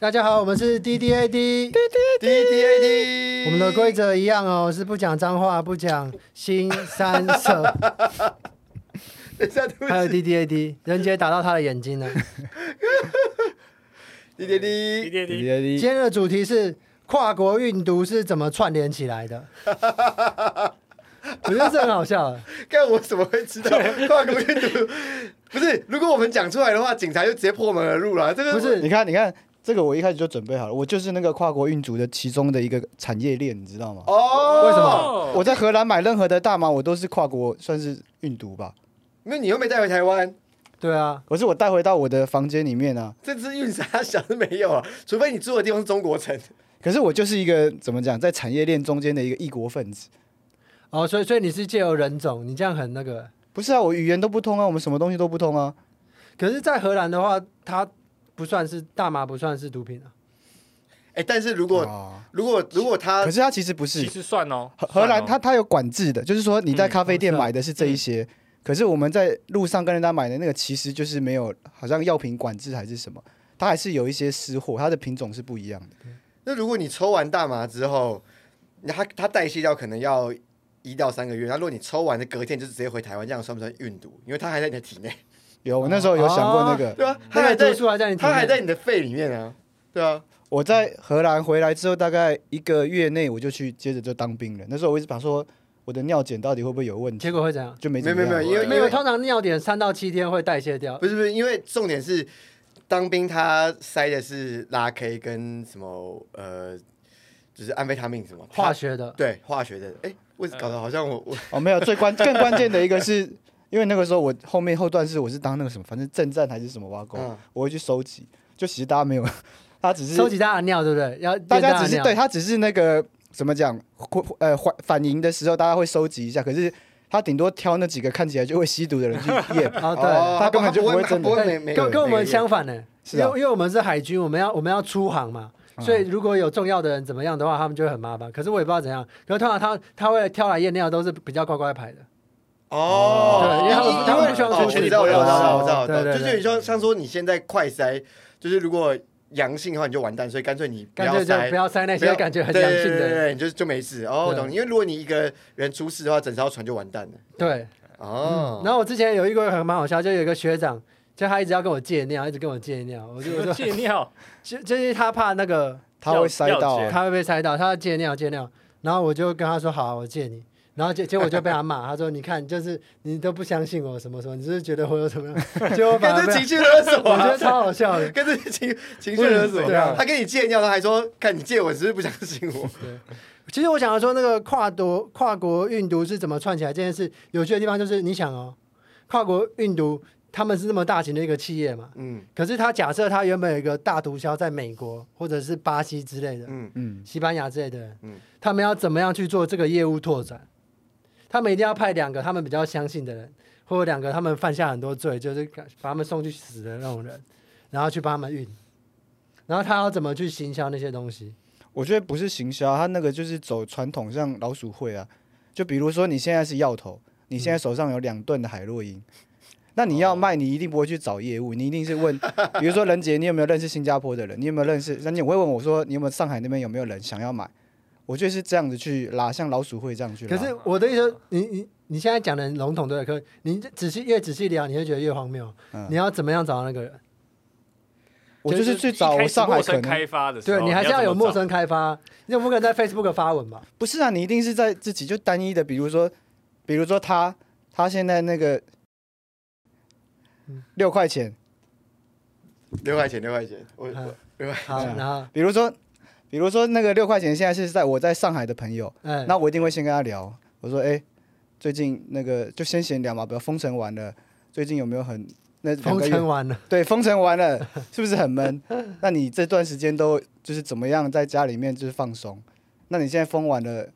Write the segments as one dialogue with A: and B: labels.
A: 大家好，我们是 D D A D，
B: D D A D，
A: 我们的规则一样哦，是不讲脏话，不讲新三色，
B: 等一 下，对不
A: 还有
B: 起
A: D D A D。人杰打到他的眼睛了。
B: ，D D A D，D
C: DDAD
B: D A
A: 今
B: D，
A: 天的主题是跨国运毒是怎么串联起来 的，我觉得这很好笑啊。
B: 看我怎么会知道跨国阅读？不是，如果我们讲出来的话，警察就直接破门而入了。这个
A: 不是
D: 你看，你看，这个我一开始就准备好了，我就是那个跨国运足的其中的一个产业链，你知道吗？
B: 哦，
A: 为什么
C: 哦
D: 我在荷兰买任何的大麻，我都是跨国算是运毒吧，
B: 因为你又没带回台湾，
A: 对啊，
D: 可是我带回到我的房间里面啊。
B: 这次运啥想是没有啊，除非你住的地方是中国城。
D: 可是我就是一个怎么讲，在产业链中间的一个异国分子。
A: 哦，所以所以你是借由人种，你这样很那个。
D: 不是啊，我语言都不通啊，我们什么东西都不通啊。
A: 可是，在荷兰的话，它不算是大麻，不算是毒品啊。
B: 哎，但是如
A: 哦
B: 果
D: 啊
B: 如果如果他
D: 可是它其实不
C: 其
D: 是
C: 实算哦，
D: 荷荷兰，
C: 算
D: 它
C: 哦
D: 它有管制的，就是说你在
C: 嗯
D: 咖啡店
A: 哦是啊
D: 买的是这一些，可是我们在路上跟人家买的那个其实就是没有，好像药品管制还是什么，它还是有一些私货，它的品种是不一样的。
B: 那如果你抽完大麻之后，他他代谢掉可能要一到三个月，那如果你抽完的隔天就直接回台湾，这样算不算运毒？因为它还在你的体内，
D: 有，
C: 哦
D: 我那时候有想过那个，
B: 对啊，它
A: 那
B: 还
A: 个
B: 在
A: 毒，素还在你体内
B: 它还在你的肺里面啊，对啊，
D: 我在荷兰回来之后，大概一个月内我就去接着就当兵了。那时候我一直想说，我的尿检到底会不会有问题，
A: 结果会怎样？啊
D: 就没
B: 没有
D: 怎
B: 没有
D: 么样
B: 没有，因为
A: 没
B: 因
A: 有，
B: 为
A: 通常尿点三到七天会代谢掉。
B: 不是不是，因为重点是当兵他塞的是拉 K 跟什么呃，就是安非他命什么
A: 化
B: 学
A: 学嗯的，
B: 对化学的，哎、为什么搞得好像我我
D: 哦，没有，最关更关键的一个是。因为那个时候我后面后段是我是当那个什么，反正正战还是什么挖沟，
B: 嗯
D: 我会去收集。就其实大家没有，他只是
A: 收集大家的尿，对不对？要
D: 大
A: 验
D: 家
A: 的
D: 只是
A: 尿
D: 对他只是那个怎么讲，会呃反反应的时候，大家会收集一下，可是他顶多挑那几个看起来就会吸毒的人去 验。
A: 啊，对。
B: 哦
D: 他根本就
B: 不
D: 不会
B: 他
D: 真
B: 不
D: 的
B: 会
A: 对
B: 每每
A: 跟跟我
B: 每
A: 们
B: 个哦
A: 相反呢，
D: 是
A: 因为
D: 啊
A: 因为我们是海军，我们要我们要出航嘛，
D: 嗯
A: 所以如果有重要的人怎么样的话，他们就会很麻烦。可是我也不知道怎样，可是通常他他会挑来验尿都是比较乖乖牌的，对
B: 哦，
A: 因为他们他们不希望
B: 哦
A: 出去
B: 我知道，我知道，我知道，我知道，我知
A: 对
B: 道
A: 对
B: 就
A: 对
B: 是你说像说你现在快塞，就是如果阳性的话你就完蛋，所以干脆你不
A: 干
B: 要
A: 脆就
B: 塞
A: 不。要塞那
B: 不要
A: 些感觉很阳性
B: 对对对
A: 的。
B: 对，你就就没事哦。我
A: 对
B: 懂，因为如果你一个人出事的话，整艘船就完蛋了。
A: 对，
B: 哦，
A: 然后我之前有一个很蛮好笑，就有一个学长，就他一直要跟我借尿，一直跟我借尿，我就我 就
C: 借尿，
A: 就就是他怕那个
D: 他会塞到
C: 对
D: 啊，
A: 他会被猜到，他要借尿借尿，然后我就跟他说好啊、我借你，然后结结果就被他骂， 他说你看就是你都不相信我什么什么，你是不是觉得我有什么 样，结果
B: 跟
A: 反而
B: 这
A: 被
B: 情绪勒索
A: 我觉
B: 啊
A: 得，超好笑的。
B: 跟这情情绪勒索
A: 对啊。
B: 他跟你借尿，他还说：“看你借我，只是不相信我。
A: 其实我想要说，那个跨国跨国运毒是怎么串起来这件事，有趣的地方就是你想哦，跨国运毒他们是那么大型的一个企业嘛”，
B: 嗯
A: 可是他假设他原本有一个大毒枭在美国或者是巴西之类的，
B: 嗯，
D: 嗯，
A: 西班牙之类的，
B: 嗯
A: 他们要怎么样去做这个业务拓展？他们一定要派两个他们比较相信的人，或者两个他们犯下很多罪，就是把他们送去死的那种人，然后去帮他们运。然后他要怎么去行销那些东西？
D: 我觉得不是行销，他那个就是走传统，像老鼠会啊。就比如说你现在是药头，你现在手上有两吨的海洛因，那你要卖，你一定不会去找业务，你一定是问， 比如说任杰，你有没有认识新加坡的人？你有没有认识？任杰我会问我说，你有没有上海那边有没有人想要买？我就是这样子去拉，像老鼠会这样去拉。
A: 可是我的意思，你你你现在讲的很笼统对，可你仔细越仔细聊，你会觉得越荒谬。
D: 嗯
A: 你要怎么样找到那个人？
D: 我就是去找
C: 一开
D: 我
C: 始
D: 上海
C: 陌
D: 可
C: 生
D: 能
C: 开发的时候，
A: 对你还是要有陌
C: 你
A: 生开发，你总不可能在 Facebook 发文吧？
D: 不是啊，你一定是在自己就单一的，比如说，比如说他他现在那个
A: 嗯
D: 六块钱，
B: 六块钱，六块钱，我
A: 啊
B: 我六块。
D: 嗯
A: 好，然后
D: 比如说比如说那个六块钱现在是在我在上海的朋友，
A: 哎，
D: 那我一定会先跟他聊，我说哎、最近那个就先闲聊嘛，比如封城完了，最近有没有很那两
A: 封
D: 个月
A: 城完了，
D: 对封城完了是不是很闷？ 那你这段时间都就是怎么样在家里面就是放松？那你现在封完了，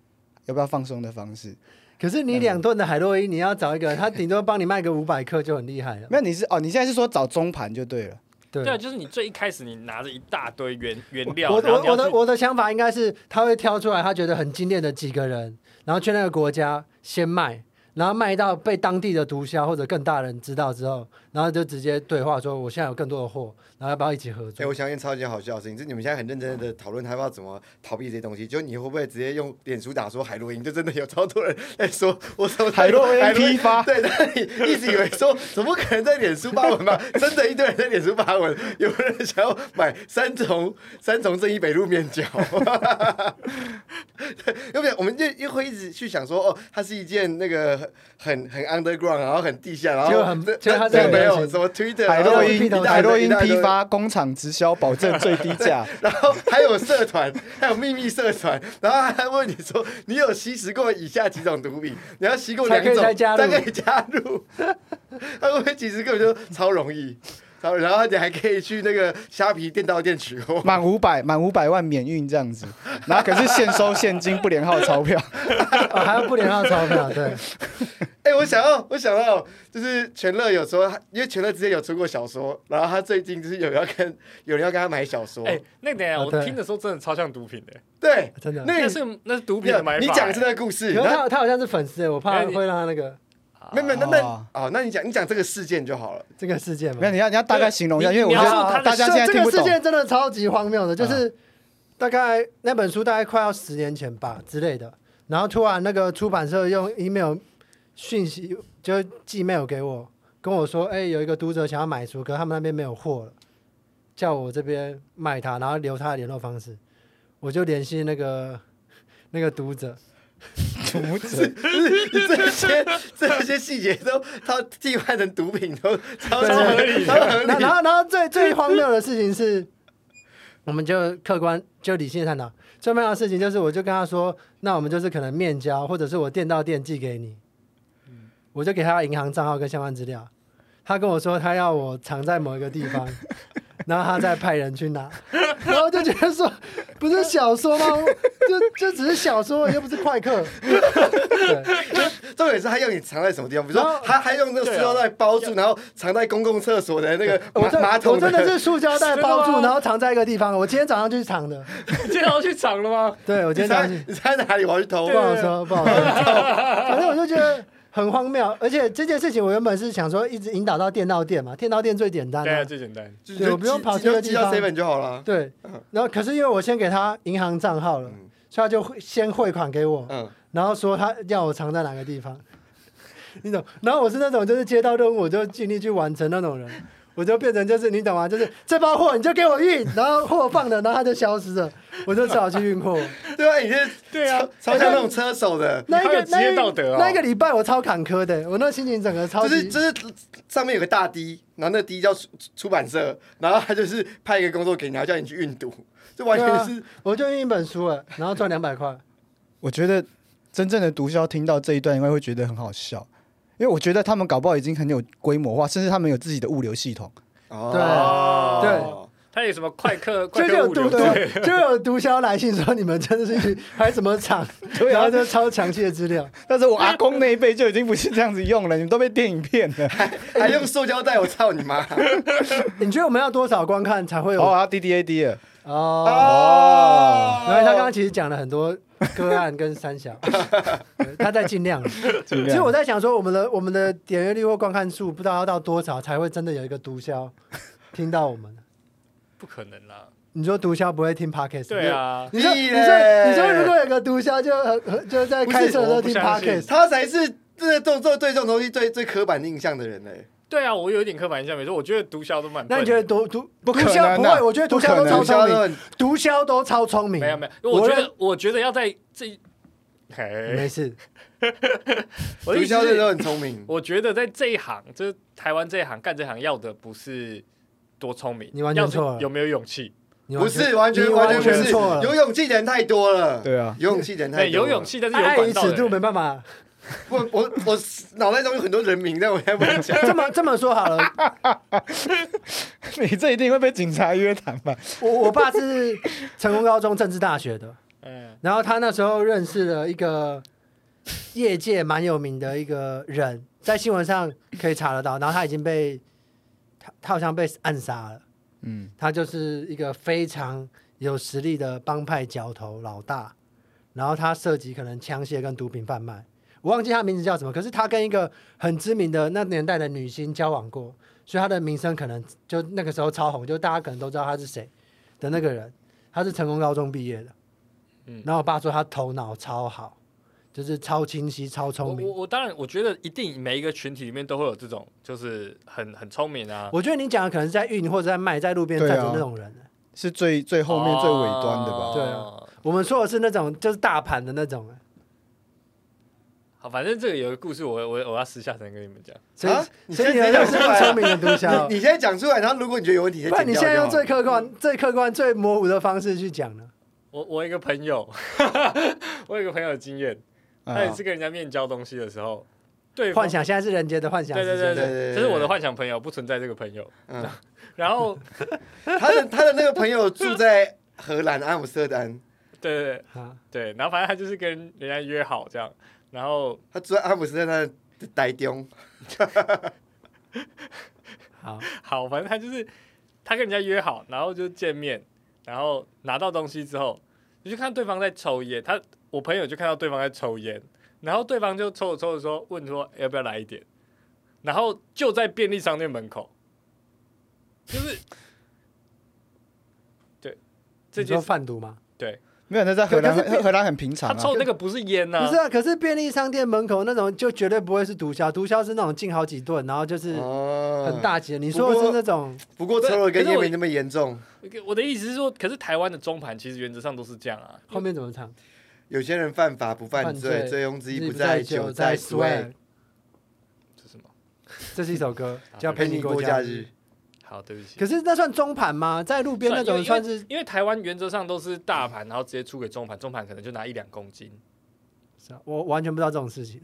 D: 有不要放松的方式？
A: 可是你两吨的海洛因，你要找一个人，他顶多帮你卖个五百克就很厉害了。
D: 没有，你是哦，你现在是说找中盘就对了。
A: 对
C: 要怎么找对啊，就是你最一开始你拿着一大堆原原料，
A: 我
C: 然后你
A: 我我
C: 要
A: 的
C: 去
A: 我的想法应该是，他会挑出来他觉得很精炼的几个人，然后去那个国家先卖，然后卖到被当地的毒枭或者更大人知道之后，然后就直接对话说我现在有更多的货，然后要不要一起合
B: 哎、
A: 作？
B: 我想一件超级好笑的事情，是你们现在很认真的讨论他要不要怎么逃避这些东西，就你会不会直接用脸书打说海洛因？就真的有超多人在说，我怎么
D: 海洛因批发
B: 对，那你一直以为说怎么可能在脸书发文吧？真的，一堆人在脸书发文，有人想要买三重三重正义北路面 饺，要不然我们就又会一直去想说，哦，它是一件那个很很 underground，然后很地下，然
A: 结果
B: 后
A: 很
B: 那
A: 结果它
B: 那
A: 真的
B: 那没
A: 很流
B: 有
A: 行
B: 什么 Twitter，
D: 海
B: 然后
D: 洛
A: 一
D: 因
A: 大堆
D: 海洛因
B: 一大堆
D: 批发，工厂直销，保证最低价。
B: 然后还有社团，还有秘密社团，然后还问你说你有吸食过以下几种毒品，你要吸过两
A: 才
B: 种
A: 可以再加入
B: 才可以加入。 他们其实根本就超容易，超然后你还可以去那个虾皮电到店取货，
D: 满五百满五百万免运这样子，然后可是现收现金不连号钞票，
A: 哦还要不连上钞票，对，
B: 哎、我想到，我想到，就是全乐有时候，因为全乐之前有出过小说，然后他最近就是有要跟有人要跟他买小说，
C: 哎，那个等一下
A: 啊
C: 我
A: 对
C: 听的时候真的超像毒品的，
B: 对，
A: 真的。
B: 那
C: 那
B: 你
C: 是那是毒品的买法。
B: 你
C: 欸
B: 讲是 那个故事，
A: 欸可是
B: 然后
A: 他他好像是粉丝耶，我怕
C: 哎你
A: 会让他那个
B: 没有没有，那那
D: 哦
B: 哦，那你讲你讲这个事件就好了。
A: 这个事件嘛
D: 没有，。你要你要大概形容一下，因
C: 你
D: 为我觉
C: 你要
D: 得啊
C: 说
D: 大家现在
A: 这
D: 听
A: 个
D: 不
A: 事
D: 懂。啊
A: 件真的超级荒谬的，就是大概那本书大概快要十年前吧之类的，然后突然那个出版社用 email 讯息就寄 email 给我，跟我说，哎、有一个读者想要买书，可是他们那边没有货了，叫我这边卖他，然后留他的联络方式，我就联系那个那个读者，
D: 读者
B: 这些这些细节都他替换成毒品 都超
A: 对
B: 超合理，超合
A: 然后
B: 理
A: 然。后然后最最荒谬的事情是，我们就客观就理性探讨。最重要的事情就是，我就跟他说，那我们就是可能面交，或者是我店到店寄给你，
B: 嗯
A: 我就给他银行账号跟相关资料。他跟我说他要我藏在某一个地方，然后他再派人去拿，然后我就觉得说，不是小说吗？就就只是小说，又不是快客。对
B: 重点是他要你藏在什么地方，比如
A: 然
B: 说
A: 后啊
B: 他还用那个塑料袋包住，然后藏在公共厕所的那个
A: 我
B: 马
A: 真
B: 马
A: 我
B: 桶
A: 真的是塑胶袋
C: 真的
A: 包住，
C: 吗
A: 然后藏在一个地方。我今天早上就去藏的，
C: 你今天要去藏了吗？
A: 对我今 天
B: 你
A: 早
B: 猜
A: 上去。
B: 你猜哪里？我要去偷
A: 哦不。好说，不好说。 反正我就觉得很荒谬，而且这件事情我原本是想说一直引导到电到店嘛，电到店最简单、
C: 对啊，
A: 啊。
C: 最简单。
B: 就
A: 对我不用跑
B: 就
A: 这个
B: 就
A: 地
B: 寄到
A: 方
B: seven 就好了。
A: 对，然后可是因为我先给他银行账号了，
B: 嗯
A: 所以他就会先汇款给我，
B: 嗯，
A: 然后说他要我藏在哪个地方， 你懂？然后我是那种就是接到任务我就尽力去完成那种人。我就变成就是你懂吗？就是这包货你就给我运，然后货放了，然后它就消失了，我就只好去运 货。
B: 对啊，你这
C: 对啊
B: 超超像那种车手的，
A: 那一
C: 你好有
A: 个
C: 职
A: 那
C: 业
A: 一
C: 道德哦
A: 那一个礼拜我超坎坷的，我那心情整个超
B: 就
A: 级
B: 是就是上面有个大 D，然后那 D 叫出出版社，然后他就是派一个工作给你，然后叫你去运毒，这完
A: 对
B: 全
A: 啊
B: 是
A: 我就印一本书了，然后赚两百块。
D: 我觉得真正的毒枭听到这一段，应该会觉得很好笑，因为我觉得他们搞不好已经很有规模化，甚至他们有自己的物流系统。
B: 哦
A: 对。
C: 他有什么 快客？
A: 就
C: 快客
A: 有
C: 物
A: 毒
C: 流
A: 毒
C: 队，
A: 就有毒枭来信说你们真的是一群还什么 厂，
D: 对啊
A: 然后就超详细的资料。
D: 但是我阿公那一辈就已经不是这样子用了，你们都被电影骗了。
B: 还用塑胶袋，我操你妈！
A: 你觉得我们要多少观看才会有？
D: 哦，
A: 哦，
D: 啊 D D A D 了，
B: 哦，
A: 原来他刚刚其实讲了很多个案跟三 小，对他在尽量。
D: 尽
A: 其实
D: 量
A: 我在想说，我们的我们的点阅率或观看数，不知道要到多少才会真的有一个毒枭听到我们。
C: 不可能啦。
A: 你说毒枭不会听 podcast？
C: 对啊，
A: 你说，
B: 屁
A: 你说，
B: 嘞
A: 你说，如果有个毒枭就很很就在开车的时候听
C: 不是我不相信
A: podcast，
B: 他才是这动作对这种东西最最刻板印象的人呢、
C: 对啊，我有一点刻板印象，没错。我觉得毒枭都蛮……
A: 那你觉得？毒毒毒
D: 不可能
A: 枭
D: 啊
A: 不会？我觉得毒枭都
D: 不可
A: 超聪
D: 能
B: 毒枭都
A: 明
B: 很，
A: 毒枭都超聪明。
C: 没有没有，我觉
A: 认
C: 得我觉得要在这，
A: 没
C: 嘿，
A: 事，
B: 毒
C: 我的意思
B: 枭
C: 是
B: 这都很聪明，
C: 我觉得在这一行，就是台湾这一行干这行要的不是多聪明，
A: 你完全
C: 要是
A: 错了
C: 有没有勇气？
A: 你
B: 不是完全
A: 你
B: 完
A: 完
B: 全不是
A: 错了。
B: 有勇气的人太多了。
D: 对啊
B: 有勇气的人太
C: 对，
B: 多了
C: 有勇。气，但是有
A: 爱
C: 管
A: 与
C: 道
A: 尺
C: 的
A: 度没
C: 人。
A: 办法。
B: 我我我脑袋中有很多人名，但我现在不能 讲。
A: 这么这么说好了，
D: 你这一定会被警察约谈吧？
A: 我我爸是成功高中政治大学的，
C: 嗯，
A: 然后他那时候认识了一个业界蛮有名的一个人，在新闻上可以查得到，然后他已经被他他好像被暗杀了。
D: 嗯，
A: 他就是一个非常有实力的帮派角头老大，然后他涉及可能枪械跟毒品贩卖。我忘记她名字叫什么，可是她跟一个很知名的那年代的女星交往过，所以她的名声可能就那个时候超红，就大家可能都知道她是谁的那个人。她是成功高中毕业的，
C: 嗯
A: 然后我爸说她头脑超好，就是超清晰、超
C: 我
A: 聪明
C: 我。我当然，我觉得一定每一个群体里面都会有这种，就是很很聪明啊，
A: 我觉得你讲的可能是在运或者在卖，在路边站
D: 对
A: 着
D: 啊
A: 那种人。
D: 是最最后面最
C: 哦
D: 尾端的吧？
A: 对啊我们说的是那种就是大盘的那种，啊
C: 好，反正这个有个故事我，我我要私下再跟你们讲。
A: 所以、
B: 啊你
A: 所以
B: 现
A: 你
B: 在
A: 们
B: 讲
A: 就
B: 出
A: 是
B: 来
A: 聪明的毒枭哦
B: 你。你现在讲出来，然后如果你觉得有问题，
A: 不然你现在用最
B: 最
A: 客观、最客观、最模糊的方式去讲呢？
C: 我我有一个朋友， 我有一个朋友的经验，
A: 哎
C: 他也
D: 啊
C: 是跟人家面交东西的时候，对方
A: 幻，想现在是人杰的幻想
C: 对
A: 时
C: 对
A: 间，
C: 对
B: 对对对
C: 对，这是我的幻想朋友，不存在这个朋友。
B: 嗯，
C: 然后，
B: 他的他的那个朋友住在荷兰阿姆斯特丹，
C: 对对
A: 啊，
C: 对，然后反正他就是跟人家约好这样，然后
B: 他住在阿姆斯特丹的台中，
A: 好，
C: 好，反正他就是他跟人家约好，然后就见面，然后拿到东西之后，你就看对方在抽烟，他我朋友就看到对方在抽烟，然后对方就抽着抽着说问说要不要来一点，然后就在便利商店门口，就是对这
A: 你说
C: 件事
A: 贩毒吗？
C: 对
D: 没有，那在荷兰
A: 可是
D: 荷荷兰很平常
C: 他
D: 啊。
C: 抽那个不是烟呐、
A: 不是啊，可是便利商店门口那种就绝对不会是毒枭，毒枭是那种进好几顿，然后就是
B: 哦
A: 很，大级的。你说的是那种
B: 不过抽了跟
C: 可是
B: 烟
C: 我
B: 没那么严重，
C: 我的意思是说，可是台湾的中盘其实原则上都是这样啊，
A: 后面怎么唱？
B: 有些人犯法不犯
A: 犯
B: 罪，
A: 罪
B: 醉翁之意
A: 日
B: 不在酒，
A: swear
B: 在 swear，。
C: 这是什么？
A: 这是一首歌
C: 好
A: 叫《
B: 陪
A: 陪
B: 你
A: 你
B: 过
A: 过
B: 假
A: 假
B: 日
A: 日》。。
C: 好，对不起。
A: 可是那算中盘吗？在路边那种
C: 算
A: 算
C: 因为
A: 是
C: 因为台湾原则上都是大盘，然后直接出给中盘，中盘可能就拿一两公斤。
A: 是啊我完全不知道这种事情。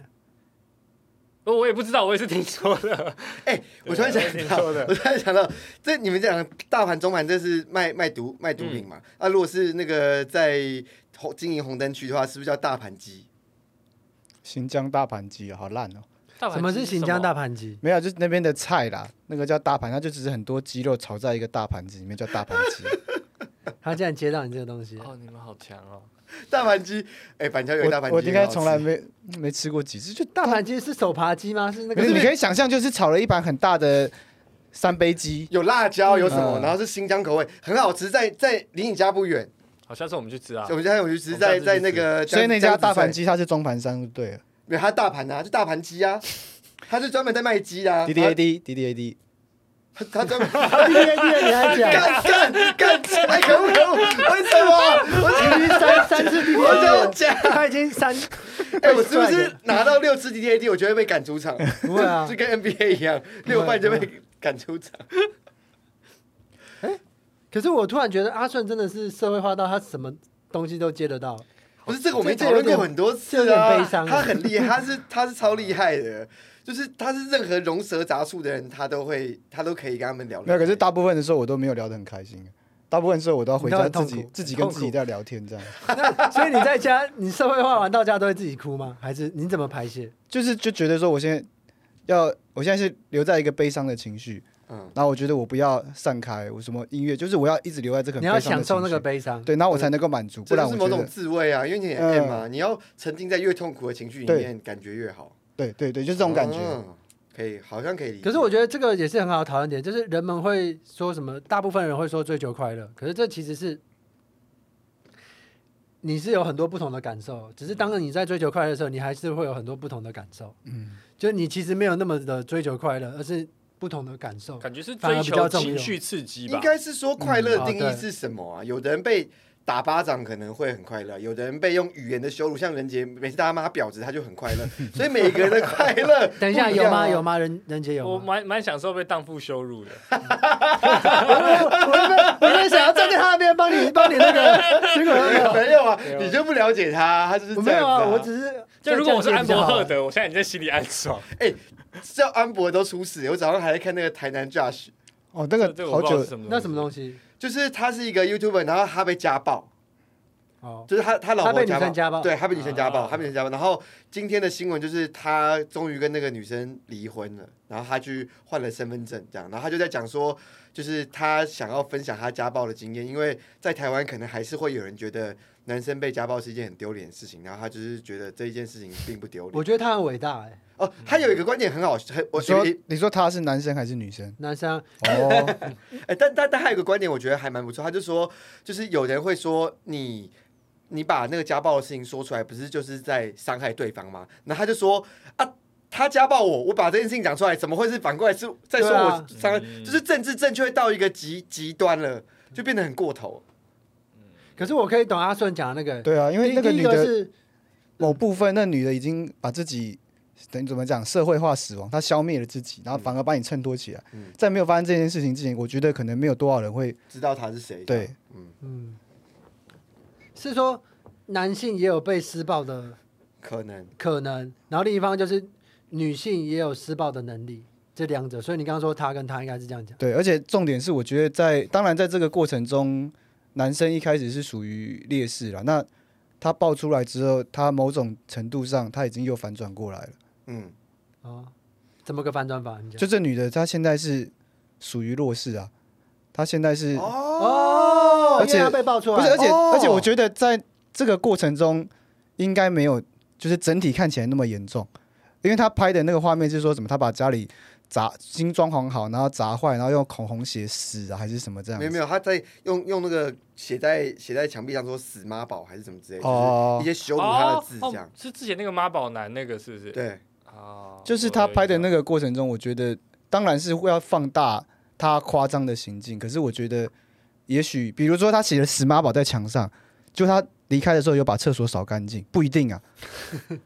C: 我我也不知道，我也是听说的。
B: 哎，我突然
C: 对啊
B: 想
C: 我也听
B: 到，
C: 说的
B: 我突然想到，这你们讲大盘、中盘，这是卖卖毒卖毒品
C: 嗯
B: 嘛？啊，如果是那个在红经营红灯区的话，是不是叫大盘鸡？
D: 新疆大盘鸡啊，好烂哦！
C: 大盘
A: 什么是新疆大
C: 盘？
A: 盘鸡？
D: 没有，就是那边的菜啦，那个叫大盘，它就只是很多鸡肉炒在一个大盘子里面叫大盘 鸡。
A: 他竟然接到你这个东西，
C: 哦，你们好强哦！
B: 大盘鸡，哎，板桥有一个大盘
D: 我
B: 鸡，
D: 我应
B: 很
D: 该
B: 好吃
D: 从来没没吃过几次，就
A: 大盘鸡是手扒鸡吗？是那
D: 可
A: 个
D: 是你可以想象，就是炒了一盘很大的三杯鸡，
B: 有辣椒，有什么，
D: 嗯
B: 然后是新疆口味，很好吃，在在离你家不远。
C: 好，下次我们去吃啊
B: 我。们家有去吃，
C: 我们下
B: 在
C: 次去
B: 在那
C: 吃
B: 个江，
D: 所以那家
B: 江子
D: 大盘
B: 翠，
D: 鸡它是中盘商就对了。
B: 没有它大盘啊，就大盘鸡啊，它是专门在卖鸡的啊。
D: D D A D D D A D，
B: 它它专门
A: 第二 你还讲，
B: 干干干，哎，可恶可恶，为什
D: 哎
B: 么？我
A: 已经三三次第
B: 我这
A: 二遍，
B: 样讲，
A: 他已经三，
B: 哎，我是不是拿到六次 D D A D，我就会被赶出场？
A: 不会啊
B: 就？跟 NBA 一样，六半就被赶出场。
A: 可哎是我突然觉得阿顺真的是社会化到他什么东西都接得 到，
B: 不是这个，我们讨论过很多次
A: 这有
B: 啊。
A: 点悲伤
B: 他很厉害，他是他是超厉害的，就是他是任何龙蛇杂处的人，他都会他都可以跟他们聊。
D: 没有，可是大部分的时候我都没有聊得很开心，大部分时候我都要回
A: 你都
D: 家
A: 很
D: 自
A: 痛
D: 己
A: 苦
D: 自己跟自己在聊天这样，
A: 所以你在家你社会化完到家都会自己哭吗？还是你怎么排泄？
D: 就是就觉得说我现在要我现在是留在一个悲伤的情绪，
B: 嗯，
D: 然后我觉得我不要散开，我什么音乐就是我要一直留在这个很
A: 你要
D: 悲伤的
A: 享
D: 情
A: 受那个
D: 绪，
A: 悲伤。
D: 对，然后我才能够满足，不
B: 这
D: 然
B: 就
D: 我
B: 是
D: 觉
B: 某种
D: 得
B: 自慰啊，因为你很
D: 嗯
B: M 嘛，你要沉浸在越痛苦的情绪里面，感觉越好，
D: 对对对，
B: 就
D: 就
B: 是
D: 这种感
C: 哦
D: 觉。
B: 可以，好像可以理解。
A: 可是我觉得这个也是很好的讨论点，就是人们会说什么，大部分人会说追求快乐，可是这其实是你是有很多不同的感受，只是当你在追求快乐的时候，你还是会有很多不同的感受。嗯，就是你其实没有那么的追求快乐，而是不同的感受。
C: 感觉是
A: 反而
C: 追
A: 比较
C: 求
A: 重
C: 情
A: 要
C: 绪刺激吧
B: 应？该是说快乐定
A: 嗯
B: 义
A: 哦对
B: 是什么啊？有的人被打巴掌可能会很快乐，有的人被用语言的羞辱，像人杰每次大家骂他婊子，他就很快 乐。所以每个人的快乐不
A: 等
B: 一样啊，
A: 一下，有吗？有吗？人人杰有啊
C: 我
A: 吗？
C: 蛮蛮享受被荡妇羞辱的。
A: 我我在想要站在他那边帮你帮你那个，结果
B: 没
A: 没有。
B: 有没有啊
C: 没，有
B: 你就不了解他，他就是
A: 我
B: 这
A: 没
B: 样
A: 有
B: 子、啊。
A: 啊，我只是
C: 就如果我是安博赫
A: 的，
C: 德，我现在已经在心里暗爽。
B: 叫安博都出事，我早上还在看那个台南 Josh，
D: 哦，那
C: 这
D: 个
C: 我
D: 好
C: 不知道
D: 久
C: 是什么
A: 那什么
C: 西？
A: 东西？
B: 就是他是一个 YouTuber，然后他被家暴，
A: 哦，
B: 就是他他老
A: 他
B: 婆
A: 被
B: 家
A: 女
B: 暴
A: 生，家暴，
B: 对，他被女生家暴，
C: 啊
B: 他被女生家暴。然后今天的新闻就是他终于跟那个女生离婚了，然后他去换了身份证，这样，然后他就在讲说，就是他想要分享他家暴的经验，因为在台湾可能还是会有人觉得男生被家暴是一件很丢脸的事情，然后他就是觉得这一件事情并不丢脸。
A: 我觉得他很伟大哎、
B: 哦，他有一个观点很好，很我
D: 你
B: 觉
D: 说
B: 得，
D: 你说他是男生还是女 生？
A: 男生啊
D: 哦，
B: 哎，但但但他有一个观点，我觉得还蛮不错。他就说，就是有人会说你。你把那个家暴的事情说出来，不是就是在伤害对方吗？然后他就说啊，他家暴我，我把这件事情讲出来，怎么会是反过来是在说
A: 对
B: 我
A: 啊
B: 伤害？
C: 嗯
B: 就是政治正确到一个极极端了，就变得很过头。
A: 可是我可以懂阿顺讲的那个，
D: 对啊，因为
A: 第
D: 那个
A: 第
D: 女
A: 一个
D: 的
A: 是
D: 某部分，那女的已经把自己等于怎么讲社会化死亡，她消灭了自己，然后反而把你衬托起来
B: 嗯。
D: 在没有发生这件事情之前，我觉得可能没有多少人会
B: 知道他是谁。
D: 对，
B: 嗯，
A: 嗯，是说男性也有被施暴的
B: 可能
A: 可能，然后另一方就是女性也有施暴的能力，这两者。所以你刚刚说他跟他应该是这样讲，
D: 对，而且重点是，我觉得在当然在这个过程中，男生一开始是属于劣势了。那他爆出来之后，他某种程度上他已经又反转过来了。
B: 嗯，
A: 哦，怎么个反转法？你讲
D: 就这女的，她现在是属于弱势啊，她现在是、
A: 哦，
D: 而
A: 因为
D: 且
A: 他被爆出
D: 不是？
A: 来
D: 而，且、
B: 哦
D: 而且，我觉得在这个过程中，应该没有就是整体看起来那么严重，因为他拍的那个画面是说什么，他把家里砸新装潢好，然后砸坏，然后用口红写死啊，还是什么这样
B: 没有
D: 子？
B: 没有，他在用用那个写在写在墙壁上说“死妈宝”还是什么之类，
D: 哦
B: 就是一些羞辱他的字
C: 哦
B: 这样
C: 哦。是之前那个妈宝男那个是不是？
B: 对，
C: 哦，
D: 就是他拍的那
C: 个，
D: 个过程中，我觉得当然是会要放大他夸张的行径，可是我觉得也许，比如说他写了死妈宝在墙上，就他离开的时候有把厕所扫干净，不一定啊。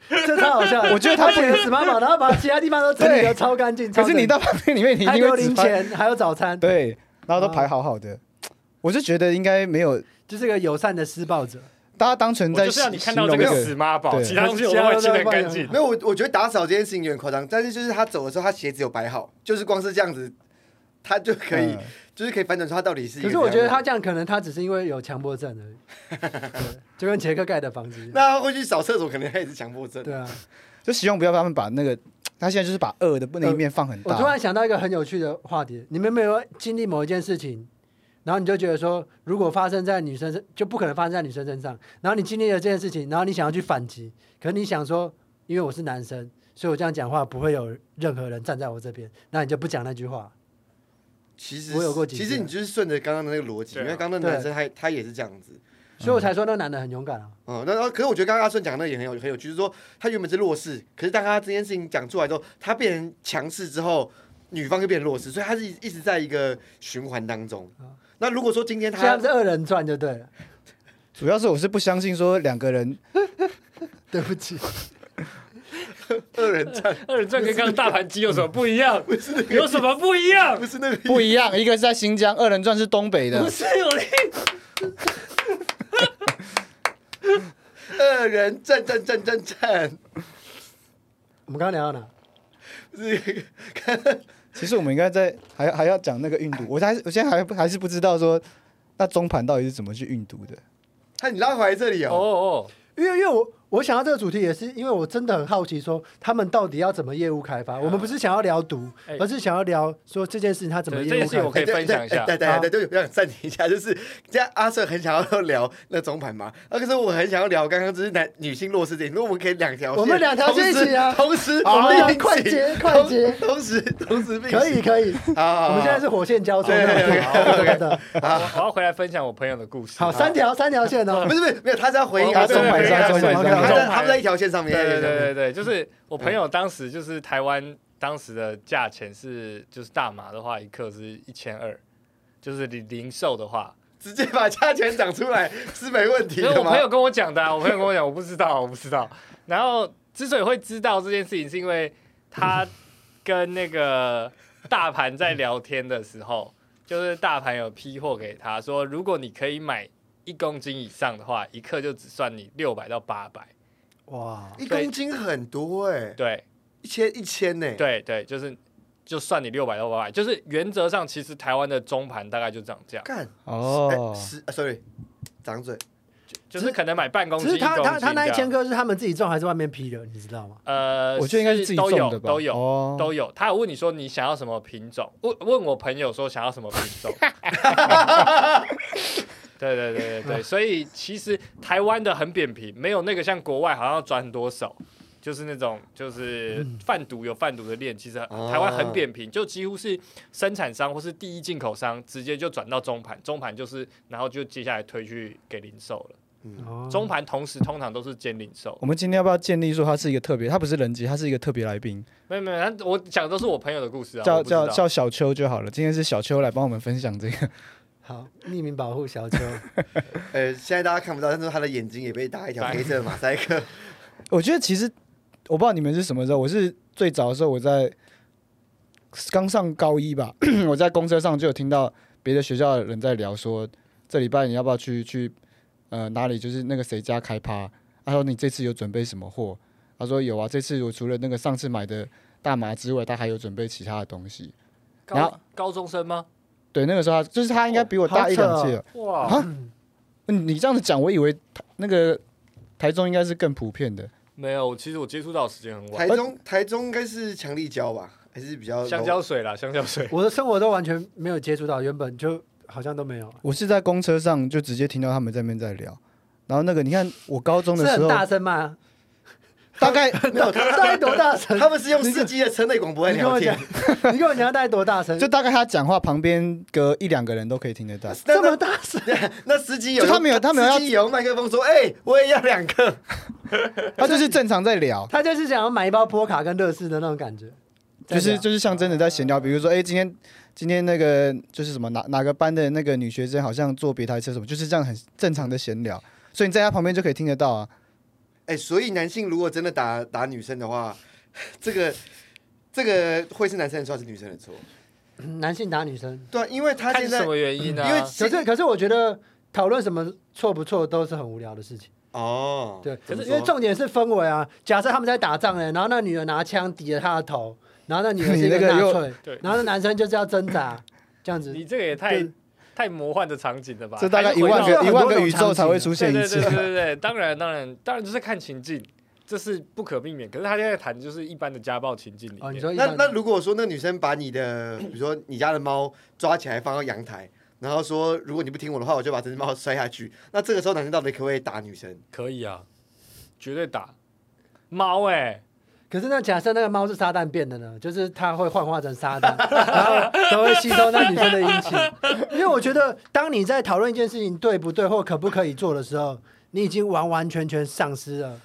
A: 这超好笑的。
D: 我觉得他不
A: 写死妈妈，然后把其他地方都整理的
D: 对
A: 超干净。
D: 可是你
A: 到
D: 到旁边里面，你一
A: 还
D: 定
A: 有
D: 会只
A: 零
D: 拍
A: 钱，还有早餐，
D: 对，然后都排好好的，我是觉得应该没有
A: 就是个友善的施暴者。
D: 大家单纯
C: 我
D: 在
C: 就是要你看到这
D: 形
C: 个
D: 容嗯
C: 死妈宝，
D: 对
C: 其他东西我都会清的很干净。
B: 没有我我觉得打扫这件事情有点夸张，但是就是他走的时候，他鞋子有摆好，就是光是这样子，他就可以、
D: 嗯
B: 就是可以反转出他到底是
A: 可
B: 一个怎
A: 是
B: 样的。
A: 我觉得他这样，可能他只是因为有强迫症而已， 对就跟杰克盖的房子一样。
B: 那他会去扫厕所，可能他也是强迫症。
A: 对啊，
D: 就希望不要他们把那个，他现在就是把恶的不能一面放很
A: 呃我
D: 大。
A: 突然想到一个很有趣的话题：你们有没有经历某一件事情，然后你就觉得说，如果发生在女生身，就不可能发生在女生身上。然后你经历了这件事情，然后你想要去反击，可是你想说，因为我是男生，所以我这样讲话不会有任何人站在我这边，那你就不讲那句话。
B: 其实
A: 我有过几次
B: 其实你就是顺着刚刚的那个逻辑，
C: 对
B: 因
C: 啊
B: 为刚刚那个男生他他也是这样子。
A: 所以我才说那男的很勇敢啊。
B: 嗯，那那可是我觉得刚刚阿顺讲的那也很有很有趣，就是说他原本是弱势，可是当他这件事情讲出来之后，他变成强势之后，女方就变成弱势，所以他是一一直在一个循环当中。
A: 啊
B: 那如果说今天
A: 所以他
B: 他
A: 们是二人转就对了。
D: 主要是我是不相信说两 个人
A: 对不起，
B: 二人战，
C: 二人转跟刚刚大盘鸡有什么不一样？有什么不一样？
B: 不是那个
D: 不一样，一个是在新疆，二人转是 东北的
C: 不。是我的意思，
B: 二人战战战战战，
A: 我们刚刚聊到哪？
B: 不是
D: 其实我们应该在还还要讲那个运毒，我还是我现在还不还是不知道说那中盘到底是怎么去运毒的。
B: 他你拉回来这里
C: 哦
B: 哦，
C: 哦，
A: 因为因为我我想到这个主题也是因为我真的很好奇，说他们到底要怎么业务开发？我们不是想要聊毒
C: 哎，
A: 而是想要聊说这件事情他怎么
C: 对
A: 业务
C: 这件事
A: 开
C: 情
A: 发
C: 我。可以分享一下
B: 哎对对对，对，我想暂停一下，就是这样。阿顺很想要聊那中盘嘛，啊，可是我很想要聊刚刚就是男女性弱势这点，如果我们可以两条线，
A: 我们两条线一起啊
B: 同时
A: 好
B: 同时
A: 啊
B: 并行
A: 快接快接
B: 同同时同时并行
A: 可以可以，
B: 好好好
A: 我们现在是火线交错那种
B: 对
A: 好的好的，
C: 我我要回来分享我朋友的故事。
A: 好，三条三条线哦
B: 不。是不是没有，他是要回应阿
D: 哦
B: 顺，
D: 中盘上中盘上
B: 他
D: 中
B: 在
C: 盘
B: 他们在一条线上面，
C: 对对对对嗯对，就是我朋友当时就是台湾当时的价钱是，就是大麻的话一克是一千二，就是零零售的话，
B: 直接把价钱讲出来是没问题
C: 因为
B: 的
C: 我
B: 吗
C: 朋？友跟我讲的、啊，我朋友跟我讲，我不知道，我不知道。然后之所以会知道这件事情，是因为他跟那个大盘在聊天的时候，就是大盘有批货给他说，如果你可以买一公斤以上的话，一克就只算你六百到八百。
A: 哇，
B: 一公斤很多哎，
C: 对
B: 一千一千呢，
C: 对对，就是就算你六百到八百，就是原则上其实台湾的中盘大概就长这样。
B: 干
D: 哦
B: 哎，十啊，sorry，张嘴，
C: 就
A: 只
C: 是
A: 是
C: 可能买半公
A: 只
C: 斤、
A: 是他
C: 一公
A: 他
C: 斤
A: 他那一
C: 这样
A: 千颗是他们自己种还是外面批的，你知道吗？
C: 呃，
D: 我觉得应该是自己
C: 都
D: 种
C: 有
D: 的吧，
C: 都有
D: 哦，
C: 都有。他有问你说你想要什么品种，问问我朋友说想要什么品 种。对对对对
D: 嗯
C: 对，所以其实台湾的很扁平，没有那个像国外好像要转很多手，就是那种就是贩毒有贩毒的链，其实
B: 哦
D: 嗯
C: 台湾很扁平，就几乎是生产商或是第一进口商直接就转到中盘，中盘就是然后就接下来推去给零售了。
D: 嗯
A: 哦，
C: 中盘同时通常都是兼零售，
D: 我们今天要不要建立说他是一个特别，他不是人机，他是一个特别来宾，
C: 没有没有，他我讲的都是我朋友的故事啊，
D: 叫
C: 我不知道
D: 叫叫小秋就好了。今天是小秋来帮我们分享这个，
A: 好，匿名保护小秋，
B: 呃，现在大家看不到，但是他的眼睛也被打一条黑色的马赛克。
D: 我觉得其实我不知道你们是什么时候，我是最早的时候我在刚上高一吧， 我在公车上就有听到别的学校的人在聊说，这礼拜你要不要去去呃哪里，就是那个谁家开趴？他说你这次有准备什么货？他说有啊，这次我除了那个上次买的大麻之外，他还有准备其他的东西。然后
C: 高高中生吗？
D: 对，那个时候他就是他应该比我大一两
A: 好扯
D: 届
A: 哦
D: 哦，
C: 哇，
D: 啊，你你这样子讲，我以为台那个台中应该是更普遍的。
C: 没有，其实我接触到的时间很晚
B: 台。中台中应该是强力胶吧，还是比较
C: 香蕉水啦，香蕉水。
A: 我的生活都完全没有接触到，原本就好像都没有，
D: 我是在公车上就直接听到他们在那边在聊，然后那个你看我高中
A: 是
D: 的时
A: 很
D: 候，
A: 大声 吗？
D: 大概
B: 没有？他
A: 大概多大声？
B: 他们是用司机的车内广播在
A: 你跟
B: 聊
A: 我
B: 天
A: 讲，，你跟我讲大 概多大声？
D: 就大概他讲话旁边隔一两个人都可以听得 到。
B: 那
A: 这么大声？
B: 那 那司机有
D: 就他没有他没有要
B: 司机有用麦克风说，哎，我也要两个。
D: 他就是正常在聊，
A: 他就是想要买一包波卡跟乐事的那种感觉，
D: 就是
A: 这样
D: 就是像真的在
C: 哦
D: 闲聊，比如说哎、今天今天那个就是什么哪哪个班的那个女学生好像坐别台车什么，就是这样很正常的闲聊，所以你在他旁边就可以听得到啊。
B: 哎，所以男性如果真的打打女生的话， 这个这个会是男生的错还是女生的错？
A: 嗯男性打女生，
B: 对啊，因为他
C: 看
B: 现
C: 是
B: 在
C: 什么原因呢、
B: 因为
A: 可
B: 现
A: 是可是我觉得讨论什么错不错都是很无聊的事情。
B: 哦，
A: 对，
B: 怎么
A: 因为
B: 说
A: 重点是氛围啊。假设他们在打仗呢，然后那女的拿枪抵着他的头，然后那女的是一
D: 你那个
A: 纳
D: 又
A: 粹，
C: 对
A: 然后那男生就是要挣扎，这样子。
C: 你这个也太
A: 对
C: 太魔幻的场景了吧？
D: 这大概
C: 还是
D: 一
C: 回
D: 万
C: 到
D: 个
A: 还是
D: 一
A: 回到
D: 万
A: 很多
D: 个
A: 种
D: 宇宙才会出
C: 对
D: 现一
C: 对
D: 次哎
C: 对。对对对，当然当然当然就是看情境，这是不可避免。可是他现在谈就是一般的家暴情境里面，
A: 哦，你说一
B: 那
A: 般
B: 那如果说那女生把 你的，比如说你家的猫抓起来放到阳台，然后说如果你不听我的话，我就把这只猫摔下去。那这个时候男生到底可不可以打女生？
C: 可以啊，绝对打猫哎、
A: 可是那假设那个猫是撒旦变的呢？就是它会幻化成撒旦， 然后都会吸收那女生的阴气。因为我觉得，当你在讨论一件事情对不对或可不可以做的时候，你已经完完全全丧失了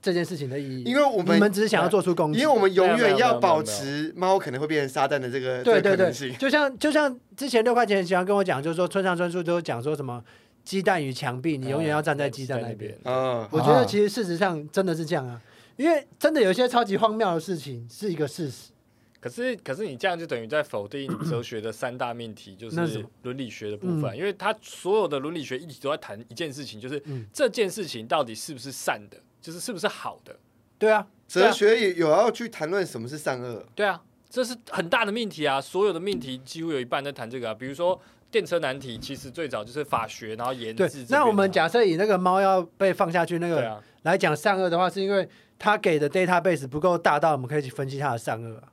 A: 这件事情的意义。
B: 因为我
A: 你
B: 们
A: 们只是想要做出攻击，
B: 因为我们永
C: 没有
B: 远
C: 没有
B: 要保持猫可能会变成撒旦的这个
A: 对
B: 这个
A: 对
B: 可
A: 对
B: 能，性。
A: 就像就像之前六块钱喜欢跟我讲，就是说村上春树都讲说什么鸡蛋与墙壁，你永远要站在鸡蛋那边。
B: 嗯，
A: 我觉得
D: 啊
A: 其实事实上真的是这样啊，因为真的有一些超级荒谬的事情是一个事实。
C: 可是，可是你这样就等于在 否定哲学的三大命题，就
A: 那是什
C: 是
A: 么
C: 伦理学的部分，因为它所有的伦理学一直都在谈一件事情，就是
A: 嗯
C: 这件事情到底是不是善的，就是是不是好的。
A: 对啊，
B: 哲学也有要去谈论什么是善恶。
C: 对啊，这是很大的命题啊！所有的命题几乎有一半在谈这个啊，比如说电车难题，其实最早就是法学，然后研制
A: 对
C: 这边啊。。
A: 那我们假设以那个猫要被放下去那
C: 对
A: 个
C: 啊，
A: 来讲善恶的话，是因为它给的 database 不够大到我们可以去分析它的善恶啊。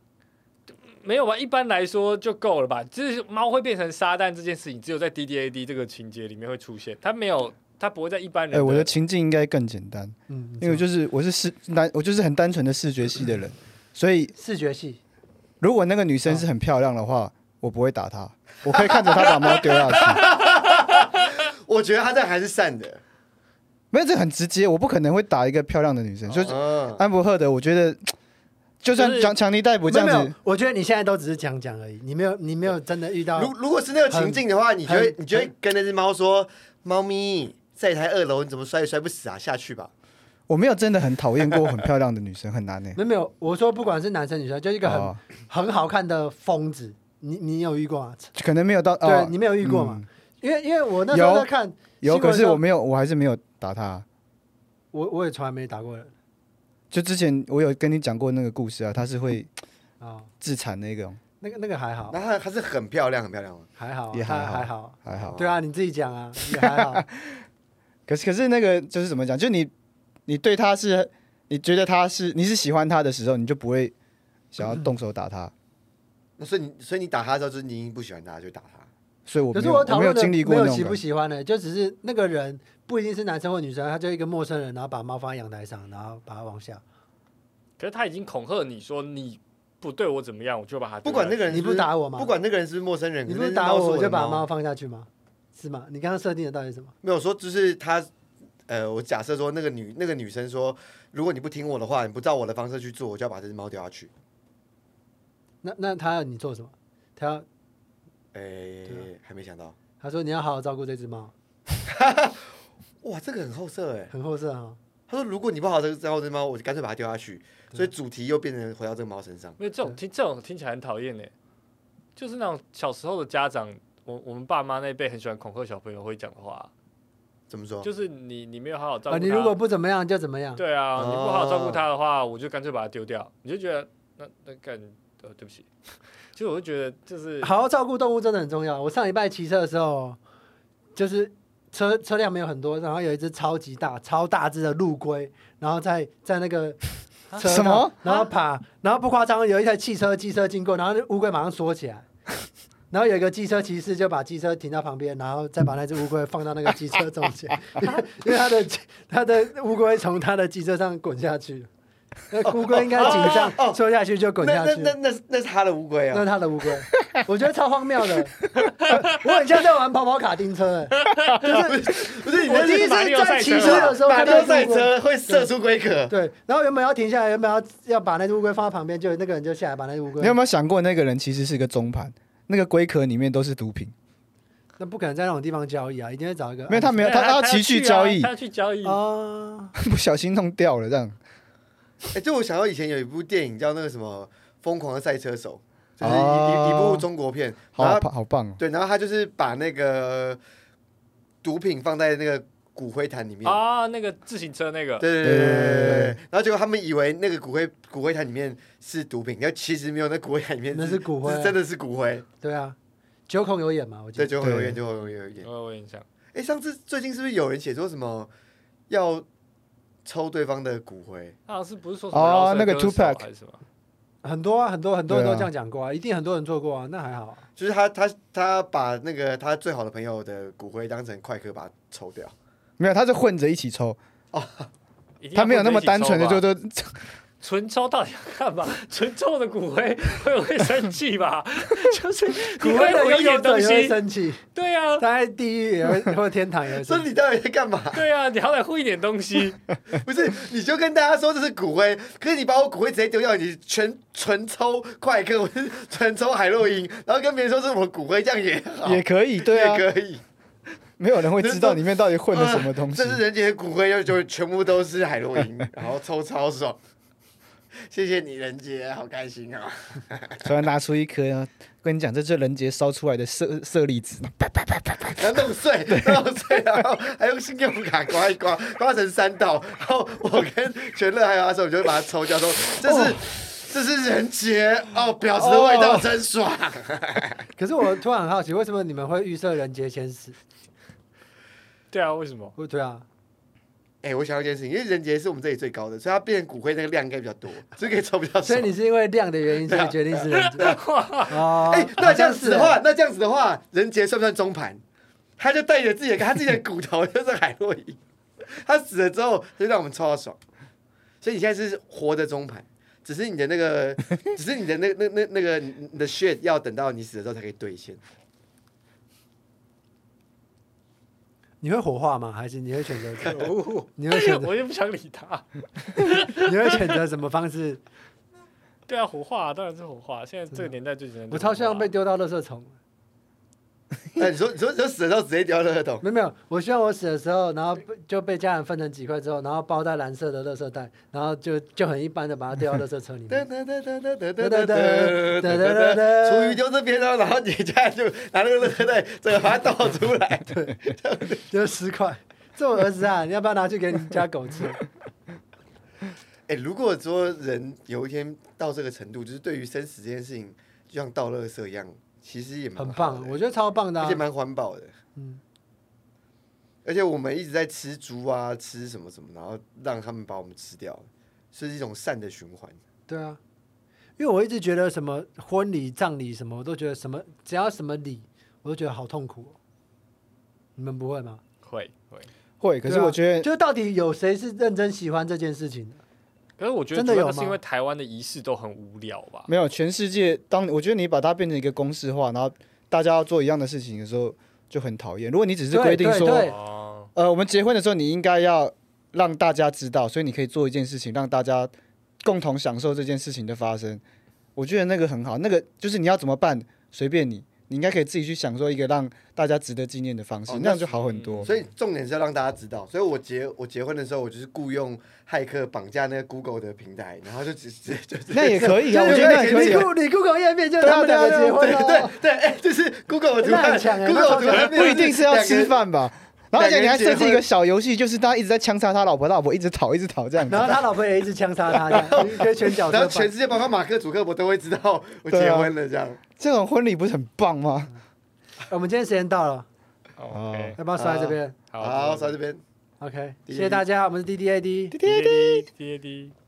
C: 没有吧？一般来说就够了吧？就是猫会变成撒旦这件事情，只有在 D D A D 这个情节里面会出现，它没有，它不会在一般
D: 哎、
C: 人。
D: 我的情境应该更简单。
A: 嗯，
D: 因为我就是我是视单，我就是很单纯的视觉系的人，所以
A: 视觉系，
D: 如果那个女
A: 嗯
D: 生是很漂亮的话，我不会打她，我可以看着她把猫丢下 去。
B: 我觉得他这还是善的。
D: 没有，这很直接，我不可能会打一个漂亮的女生。
A: 哦
D: 就是
B: 嗯，
D: 安博赫德，我觉得就算
C: 就是
D: 强强尼戴普
A: 没
D: 这
A: 有没
D: 样
A: 有
D: 子，，
A: 我觉得你现在都只是讲讲而已，你没有你没有真的遇到。
B: 如如果是那个情境的话，你就会
A: 很
B: 你就会跟那只猫说：“猫咪，在一台二楼，你怎么摔也摔不死啊，下去吧。
D: 我没有真的很讨厌过很漂亮的女生，很难呢、
A: 没有没有，我说不管是男生女生，就一个很、
D: 哦
A: 很好看的疯子，你你有遇过吗？
D: 可能没有到哦
A: 对，你没有遇过吗？
D: 嗯
A: 因为因为我那时候
D: 有
A: 在看
D: 有，
A: 新闻
D: 可是
A: 上
D: 我没有，我还是没有打她。
A: 我我也从来没打过人
D: 就之前我有跟你讲过那个故事啊，她是会
A: 啊、
D: 自残那种，
A: 那个那个还”好
B: 然，后它它是很漂亮，很漂亮。
A: 还好啊，
D: 也
A: 还
D: 还好
A: 还好，
D: 还好。
A: 啊对啊，你自己讲啊，也还好。
D: 可是可是那个就是怎么讲，就你你对他是，你觉得他是你是喜欢他的时候，你就不会想要动手打他，
B: 那所以你所以你打他的时候，就是你已经不喜欢他，就打他。
D: 所以我
A: 可
D: 没
A: 是
D: 有我
A: 讨
D: 没有
A: 论的
D: 经历过
A: 没有
D: 那种
A: 喜
D: 感
A: 不
D: 觉。
A: 喜欢的、就只是那个人不一定是男生或女生，他就一个陌生人，然后把猫放在阳台上，然后把它往下。
C: 可是他已经恐吓你说你不对我怎么样，我就把他丢
B: 不管
C: 下
B: 那
C: 去
B: 个人
A: 你
B: 是
A: 不
B: 是
A: 打我吗
B: 不管那个人是不是陌生人，
A: 你
B: 可
A: 不是
B: 那
A: 打
B: 猫
A: 我，
B: 是
A: 我
B: 的
A: 就把
B: 猫啊
A: 猫放下去吗？是吗？你刚刚设定的到底是什么？
B: 没有说，就是他，呃，我假设说那个女那个女生说，如果你不听我的话，你不照我的方式去做，我就要把这只猫丢下去。
A: 那那他要你做什么？他要
B: 哎、
A: 对
B: 还没想到，
A: 他说你要好好照顾这只猫，
B: 哇，这个很后色哎。
A: 很后色啊。
B: 他说，如果你不好好照顾这只猫，我就干脆把它丢下去。所以主题又变成回到这个猫身上。
C: 因为这种听这种听起来很讨厌呢，欸就是那种小时候的家长，我我们爸妈那一辈很喜欢恐吓小朋友会讲的话，
B: 怎么
D: 哦
B: 说？
C: 就是你你没有好好照顾
A: 啊，
C: 他，
A: 你如果不怎么样就怎么样。
C: 对啊，
B: 哦
C: 你不好好照顾他的话，我就干脆把它丢掉。你就觉得那那干呃对不起， 其实我就觉得就是
D: 啊
A: 好好照顾动物真的很重要。我上礼拜骑车的时候，就是车车辆没有很多，然后有一只超级大、超大只的陆龟，然后在在那 个车
D: 什么
A: 上，然后爬，然后不夸张，有一台汽车、机车经过，然后那乌龟马上缩起来。然后有一个机车骑士就把机车停到旁边，然后再把那只乌龟放到那个机车中 间，因为因为他的他的乌龟从他的机车上滚下去了，那乌龟应该紧
B: 哦哦
A: 张，缩下去就滚
B: 那
A: 下
B: 那
A: 去。
B: 那那是那是他的乌龟
A: 那是
B: 啊！
A: 他的乌龟，我觉得超荒谬 的，我很像在玩跑跑卡丁车、欸，
B: 不是你
A: 我
B: 那
A: 第一
B: 是
A: 次在骑车的时候
B: 马
A: 看到
B: 里奥
A: 一只
B: 赛
A: 乌龟，
B: 车会射出龟壳，
A: 对，然后原本要停下来，原本要要把那只乌龟放在旁边，就那个人就下来把那只乌
D: 你有
A: 龟，
D: 没有想过那个人其实是个中盘？那个龟壳里面都是毒品，
A: 那不可能在那种地方交易啊，一定会找一个
D: 没有他没有
C: 对
D: 他要
C: 哎他
D: 骑去交易哦
C: 他，要去啊交易，
A: 啊，
D: 不小心弄掉了这样。
B: 哎、就我想到以前有一部电影叫那个什么《疯狂的赛车手》，就是一、一
D: 哦
B: 一部中国片，然
D: 好
B: 后
D: 棒好棒哦！
B: 对，然后他就是把那个毒品放在那个骨灰坛里面。
C: 啊，那个自行车那个，
B: 对对对对对对，然后结果他们以为那个骨灰骨灰坛里面是毒品，但其实没有，那骨灰坛里面
A: 那是骨灰
B: 是真的是骨灰。
A: 对啊，九孔有眼嘛，我记
B: 对，
A: 得
B: 就会有一点，
D: 对
B: 就会有一点。
C: 我有印象，
B: 哎，上次最近是不是有人写说什么要抽对方的骨灰？
C: 他好啊像是不是说什么
D: 哦
C: 饶舌
D: 那个
C: 歌手
D: Tupac
C: 还是什么？
A: 很多啊，很多很多人
D: 对啊
A: 都这样讲过啊，一定很多人做过啊，那还 好啊、
B: 就是他他他把那个他最好的朋友的骨灰当成快克把它抽掉。
D: 没有，他是混着一起抽，
C: 一定要
D: 他没有那么单纯的
C: 混
D: 就
C: 在一起抽吧
D: 都
C: 纯抽到底要干嘛？纯抽的骨灰会不会生 气吧？就是
A: 骨
C: 你
A: 灰
C: 会
A: 的
C: 回
A: 拥
C: 一
A: 有
C: 点
A: 者
C: 东
A: 也会
C: 西，
A: 生气，
C: 对啊，
A: 他在地狱也会或天堂也会
B: 所
A: 生气，
B: 以你到底在干嘛？
C: 对啊，你好歹会一点东西，
B: 不是，你就跟大家说这是骨灰，可是你把我骨灰直接丢掉，你全纯抽快克，我是纯抽海洛因，然后跟别人说是我的骨灰，这样也好，
D: 也可以，对啊，
B: 也可以。
D: 没有人会知道里面到底混了什么东 西
B: 这。是人杰的骨灰，就就全部都是海洛因，然后抽超爽。谢谢你，人杰，好开心啊！
D: 突然拿出一颗，然后跟你讲，这就是人杰烧出来的舍舍利子，
B: 然后弄碎，弄碎，然后还用信用卡刮一刮，刮成三道。然后我跟全乐还有阿寿，我们就会把它抽掉，说这是、这是人杰哦，婊子的味道真爽。
A: 可是我突然很好奇，为什么你们会预设人杰先死？
C: 对啊，为什么？
A: 不对啊，
B: 哎、我想到一件事情，因为人杰是我们这里最高的，所以他变成骨灰那个量应该比较多，所以可以抽比较少。
A: 所以你是因为量的原因，所以决定是人杰。 哦，
B: 哎、那
A: 好
B: 这样
A: 像
B: 子
A: 是
B: 的话，那这样子的话，人杰算不算中盘？他就带着自己的，他自己的骨头 就是海洛因。他死了之后，就让我们抽到爽。所以你现在是活的中盘，只是你的那个， 只是你的那那那那个你的 shit 要等到你死了之后才可以兑 现。
A: 你会火化吗？还是你会选择怎你会选择
C: 我就不想理他。
A: 你会选择什么方式？
C: 对啊，火化、当然是火化。现在这个年代最简单。
A: 我超希望被。丢到垃圾桶。
B: 那呃你说你说你说死了之后直接丢到垃圾桶，
A: 没有没有，我希望我死的时候，然后被就被家人分成几块之后，然后包在蓝色的垃圾袋，然后就就很一般的把它丢到垃圾 车里
B: 哒
A: 面。
B: 哒哒哒哒哒哒哒哒哒哒，厨余丢这边哦，然后你家人就拿那个垃圾袋整个把它倒出来。
A: 就十块。这我儿子啊，你要不要拿去给你家狗吃？
B: 哎、如果说人有一天到这个程度，就是对于生死这件事情，就像倒垃圾一样，其实也蛮
A: 很
B: 好的
A: 啊棒，我觉得超棒的、啊
B: 而且。蛮环保的。
A: 嗯
B: 而且我们一直在吃猪啊，吃什么什么，然后让他们把我们吃掉，是一种善的循环。
A: 对啊，因为我一直觉得什么婚礼、葬礼什么，我都觉得什么只要什么礼，我都觉得好痛苦、哦。你们不会吗？
C: 会会。
D: 会，可是
A: 对啊
D: 我觉得
A: 就到底有谁是认真喜欢这件事情的？
C: 可是我觉得
A: 真的
C: 主要
A: 有
C: 是因
A: 吗
C: 为台湾的仪式都很无聊
B: 啊
C: 吧？
D: 没有全世界。当我觉得你把它变成一个公式化，然后大家要做一样的事情的时候，就很讨厌。如果你只是
A: 对
D: 规定
A: 对
D: 说，
A: 对
C: 哦，
D: 呃，我们结婚的时候，你应该要让大家知道，所以你可以做一件事情，让大家共同享受这件事情的发生。我觉得那个很好，那个就是你要怎么办，随便你，你应该可以自己去享受一个让大家值得纪念的方式，
B: 哦那
D: 那样就好很多。
B: 所以重点是要让大家知道。所以我结我结婚的时候，我就是雇佣骇客绑架那个 Google 的平台，然后就直直接就
D: 那也可以啊，
B: 就
D: 我
B: 是
D: 觉得那也可
A: 你
D: 以啊。
A: Google 你 Google 页面就是他们两个结婚
B: 对
A: 了，
B: 对对，哎、就是 Google 的图
A: 那
B: 案
A: 很强哎
B: ，Google 的图案
D: 欸不一定是要吃，饭吧？然后而且你还设
B: 两个人
D: 置
B: 结
D: 一
B: 婚
D: 个小游戏，就是大家一直在枪杀他老婆，他老婆一直逃，一直逃这样子
A: 然。后他老婆也一直枪杀他，这样跟拳脚
B: 然后
A: 车
B: 全
A: 翻。
B: 世界包括马克·祖克伯都会知道我
D: 对
B: 结
D: 啊
B: 婚了这样。
D: 这种婚礼不是很棒吗？
A: 我们今天时间到了，
C: 哦 OK，
A: 要不要刷在这边
C: 好，
B: 好，在这边。
A: ？OK，
B: 滴滴
A: 谢谢大家，我们是 D D A D。
C: 滴滴滴滴滴。